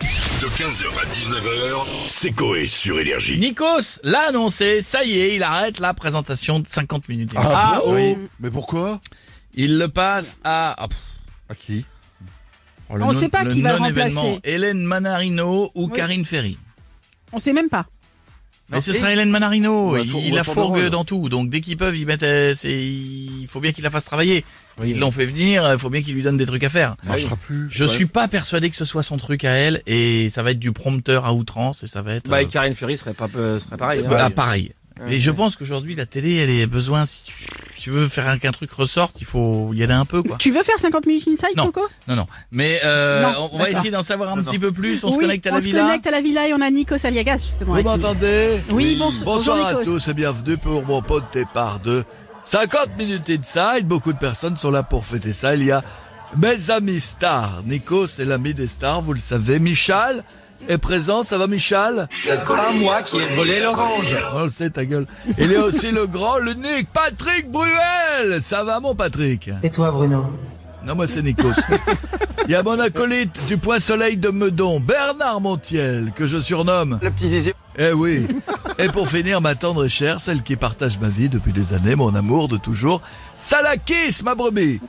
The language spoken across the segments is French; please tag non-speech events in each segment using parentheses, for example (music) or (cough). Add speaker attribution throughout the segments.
Speaker 1: De 15h à 19h, c'est Coé sur Énergie.
Speaker 2: Nikos l'a annoncé, ça y est, il arrête la présentation de 50 minutes.
Speaker 3: Ah,
Speaker 4: bon
Speaker 3: oui.
Speaker 4: Mais pourquoi
Speaker 2: Il le passe à... ah, pff,
Speaker 4: À qui
Speaker 2: oh, le
Speaker 3: On sait pas
Speaker 2: le
Speaker 3: qui va le
Speaker 2: non-événement.
Speaker 3: remplacer.
Speaker 2: Hélène Manarino ou
Speaker 3: Oui.
Speaker 2: Karine Ferry.
Speaker 3: On sait même pas.
Speaker 2: Mais ce sera Hélène Manarino,
Speaker 4: On va
Speaker 2: il,
Speaker 4: tour- on
Speaker 2: il
Speaker 4: va
Speaker 2: la
Speaker 4: tourner le
Speaker 2: fourgue
Speaker 4: rôle.
Speaker 2: dans tout, donc dès qu'ils peuvent, ils mettent, euh, c'est- il faut bien qu'il la fasse travailler. Ils l'ont fait venir, il faut bien qu'il lui donne des trucs à faire.
Speaker 4: Ça
Speaker 5: Ah
Speaker 4: marchera plus.
Speaker 2: Je
Speaker 4: Ouais.
Speaker 2: suis pas persuadé que ce soit son truc à elle, et ça va être du prompteur à outrance, et ça va être...
Speaker 6: Bah,
Speaker 2: euh,
Speaker 6: et Karine Ferry serait pas euh, serait pareil. hein.
Speaker 2: Bah, pareil.
Speaker 6: Ouais.
Speaker 2: Et je pense qu'aujourd'hui, la télé, elle est besoin, si tu, tu veux faire un- qu'un truc ressorte, il faut y aller un peu, quoi.
Speaker 3: Tu veux faire 50 minutes inside,
Speaker 2: Non.
Speaker 3: Coco
Speaker 2: Mais euh,
Speaker 3: Non,
Speaker 2: on va
Speaker 3: d'accord.
Speaker 2: essayer d'en savoir un
Speaker 4: Non,
Speaker 2: petit peu plus. On se
Speaker 3: Oui,
Speaker 2: connecte à la
Speaker 3: on
Speaker 2: villa. bah,
Speaker 3: se connecte à la villa et on a Nico Aliagas, justement.
Speaker 5: Vous
Speaker 3: avec nous.
Speaker 5: m'entendez
Speaker 3: Oui, bonso-
Speaker 5: bonsoir
Speaker 3: bonjour,
Speaker 5: à
Speaker 3: Nikos.
Speaker 5: tous et bienvenue pour mon pot de départ de 50 minutes inside. Beaucoup de personnes sont là pour fêter ça. Il y a mes amis stars. Nico, c'est l'ami des stars, vous le savez. Michal est présent, ça va Michal
Speaker 7: C'est pas moi qui ai volé l'orange.
Speaker 5: On le sait, ta gueule. Il est aussi le grand, l'unique Patrick Bruel. Ça va mon Patrick
Speaker 8: Et toi, Bruno
Speaker 5: Non, moi c'est Nikos. Il y a mon acolyte du Point Soleil de Meudon, Bernard Montiel, que je surnomme
Speaker 6: Le petit zizi.
Speaker 5: Eh
Speaker 6: (laughs)
Speaker 5: oui. Et pour finir, ma tendre et chère, celle qui partage ma vie depuis des années, mon amour de toujours, Salakis, ma brebis.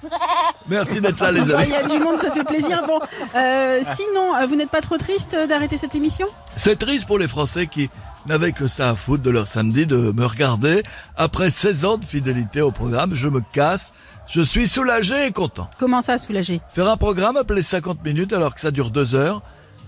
Speaker 5: Merci d'être là, les
Speaker 3: Ah,
Speaker 5: amis.
Speaker 3: Il y a du monde, ça fait plaisir. Bon, euh, sinon, euh, vous n'êtes pas trop triste euh, d'arrêter cette émission
Speaker 5: C'est triste pour les Français qui n'avaient que ça à foutre de leur samedi de me regarder. Après 16 ans de fidélité au programme, je me casse. Je suis soulagé et content.
Speaker 3: Comment ça, soulager
Speaker 5: Faire un programme appelé 50 minutes alors que ça dure deux heures,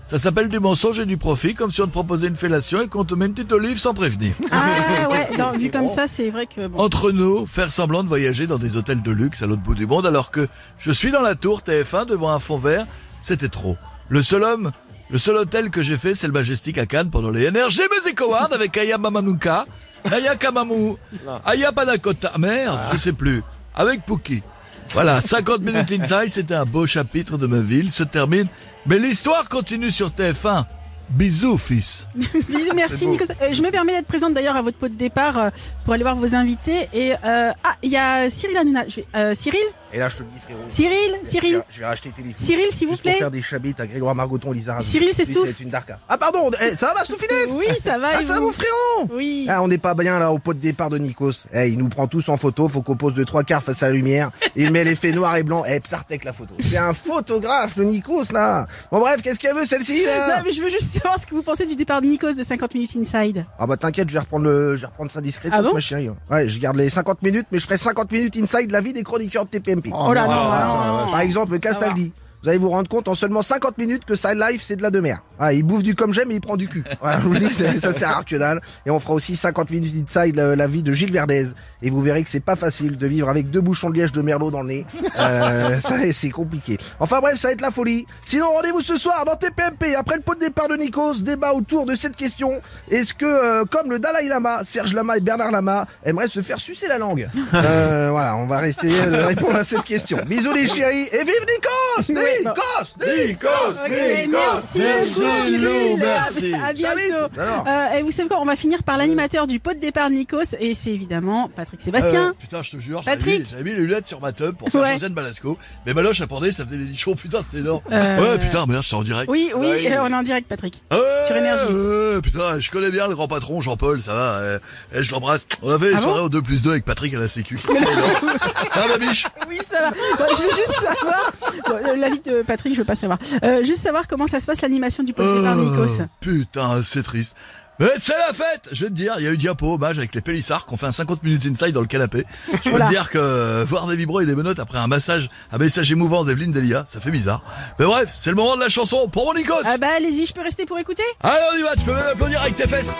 Speaker 5: ça s'appelle du mensonge et du profit, comme si on te proposait une fellation et qu'on te met une petite olive sans prévenir.
Speaker 3: Ah
Speaker 2: (laughs)
Speaker 3: ouais, non, vu comme ça, c'est vrai que... Bon.
Speaker 2: Oh,
Speaker 5: Entre nous, faire semblant de voyager dans des hôtels de luxe à l'autre bout du monde alors que je suis dans la tour TF1 devant un fond vert, c'était trop. Le seul homme, le seul hôtel que j'ai fait, c'est le Majestic à Cannes pendant les NRG Music Awards avec Aya Mamanuka, Aya Kamamu, Aya Panakota, merde, je sais plus, avec Pookie. Voilà, 50 minutes inside, c'était un beau chapitre de ma vie, il se termine, mais l'histoire continue sur TF1. Bisous, fils.
Speaker 3: Bisous, merci Nicolas. Euh, je me permets d'être présente d'ailleurs à votre pot de départ euh, pour aller voir vos invités. Et euh, ah, il y a Cyril Hanouna. Je vais- euh, Cyril
Speaker 9: Et là, je te le dis, frérot.
Speaker 3: Cyril
Speaker 9: Je
Speaker 3: Cyril
Speaker 9: vais- Je vais racheter Téléfoot.
Speaker 3: Cyril, s'il vous
Speaker 9: Juste pour
Speaker 3: plaît
Speaker 9: faire des chabites à Grégoire Margoton, Lisa
Speaker 3: Cyril, c'est Stouff.
Speaker 9: C'est une darka. Ah, pardon. eh, ça va, Stoufinette
Speaker 3: Oui, ça va
Speaker 9: Ah,
Speaker 3: et
Speaker 9: ça va,
Speaker 3: vous
Speaker 9: mon frérot
Speaker 3: Oui.
Speaker 9: ah, on n'est pas bien là au pot de départ de Nikos. Eh, il nous prend tous en photo, faut qu'on pose de trois quarts face à la lumière. Il met l'effet noir et blanc. Eh, Psartek la photo. C'est un photographe, le Nikos là. Bon bref, qu'est-ce qu'elle veut celle-ci
Speaker 3: Non,
Speaker 9: là
Speaker 3: mais je veux juste savoir ce que vous pensez du départ de Nikos de 50 minutes inside.
Speaker 9: Ah bah t'inquiète, je vais reprendre le, je vais reprendre ça discrètement,
Speaker 3: Ah bon
Speaker 9: ma chérie. Ouais, je garde les 50 minutes, mais je ferai 50 minutes inside la vie des chroniqueurs de TPMP.
Speaker 3: Oh, là non,
Speaker 9: Ah,
Speaker 3: non, non, non.
Speaker 9: Par exemple, Castaldi. Vous allez vous rendre compte en seulement 50 minutes que sa life c'est de la de mer. Ah, il bouffe du comme j'aime et il prend du cul. Voilà, je vous le dis, ça, ça sert à que dalle. Et on fera aussi 50 minutes inside la, la vie de Gilles Verdez. Et vous verrez que c'est pas facile de vivre avec deux bouchons de liège de merlot dans le nez. Euh, ça c'est compliqué. Enfin bref, ça va être la folie. Sinon rendez-vous ce soir dans TPMP après le pot de départ de Nikos, débat autour de cette question. Est-ce que euh, comme le Dalai Lama, Serge Lama et Bernard Lama aimeraient se faire sucer la langue euh, voilà, on va rester de répondre à cette question. Bisous les chéris et vive Nikos Nikos Nikos
Speaker 3: Ok, merci, beaucoup, Cyril.
Speaker 5: Lou, merci.
Speaker 3: À, à bientôt.
Speaker 9: Chavite Alors,
Speaker 3: Euh, et vous savez quoi On va finir par l'animateur du pot de départ de Nikos et c'est évidemment Patrick Sébastien.
Speaker 5: Euh, putain, je te jure, j'avais
Speaker 3: Patrick.
Speaker 5: mis- j'avais mis les lunettes sur ma teub pour faire
Speaker 3: Ouais.
Speaker 5: Josiane Balasco. Mais Baloche appendait, ça faisait des nichons, putain, c'était énorme.
Speaker 3: Euh,
Speaker 5: Ouais, putain, merde, je suis en direct.
Speaker 3: Oui, oui, euh, on est en direct, Patrick.
Speaker 5: Ouais,
Speaker 3: sur Énergie.
Speaker 5: ouais, putain, je connais bien le grand patron Jean-Paul, ça va. euh, eh, je l'embrasse. On avait une
Speaker 3: Ah
Speaker 5: soirée
Speaker 3: bon
Speaker 5: au 2 plus 2 avec Patrick à la Sécu. (laughs) C'est énorme. ça va, ma biche
Speaker 3: Oui, ça va. Bon, je veux juste savoir. Bon, euh, L'avis de Patrick, je veux pas savoir. Euh, juste savoir comment ça se passe l'animation du pot de départ de Nikos.
Speaker 5: Oh, Putain, c'est triste. Mais c'est la fête Je vais te dire, il y a eu diapo, hommage avec les pélissards qu'on fait un 50 minutes inside dans le canapé. Je peux
Speaker 3: Oula.
Speaker 5: te dire que euh, voir des vibros et des menottes après un massage, un message émouvant d'Evelyne Delia, ça fait bizarre. Mais bref, c'est le moment de la chanson pour mon Nikos
Speaker 3: Ah bah allez-y, je peux rester pour écouter
Speaker 5: Allez, on y va, tu peux même applaudir avec tes fesses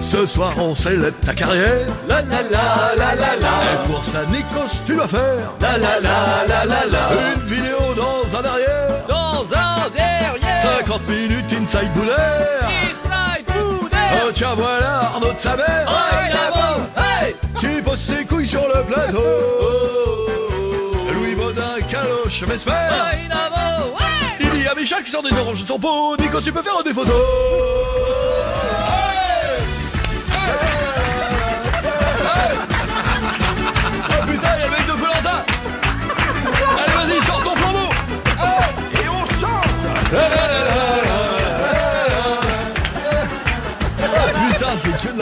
Speaker 5: Ce soir, on célèbre ta carrière. La la la la la la. Et pour ça, Nikos, tu vas faire. La la la la la la. Une vidéo dans un arrière.
Speaker 6: Dans un derrière
Speaker 5: 50 minutes inside boulet. Oh tiens, voilà Arnaud de sa mère.
Speaker 6: Ouais, bravo.
Speaker 5: Qui pose ses couilles sur le plateau. Louis Baudin, caloche, m'espère. Il y a Michel qui sort des oranges de son pot. Nico, tu peux faire des photos. Hey Hey Oh putain, il y a le mec de Colanta. Putain, c'est que de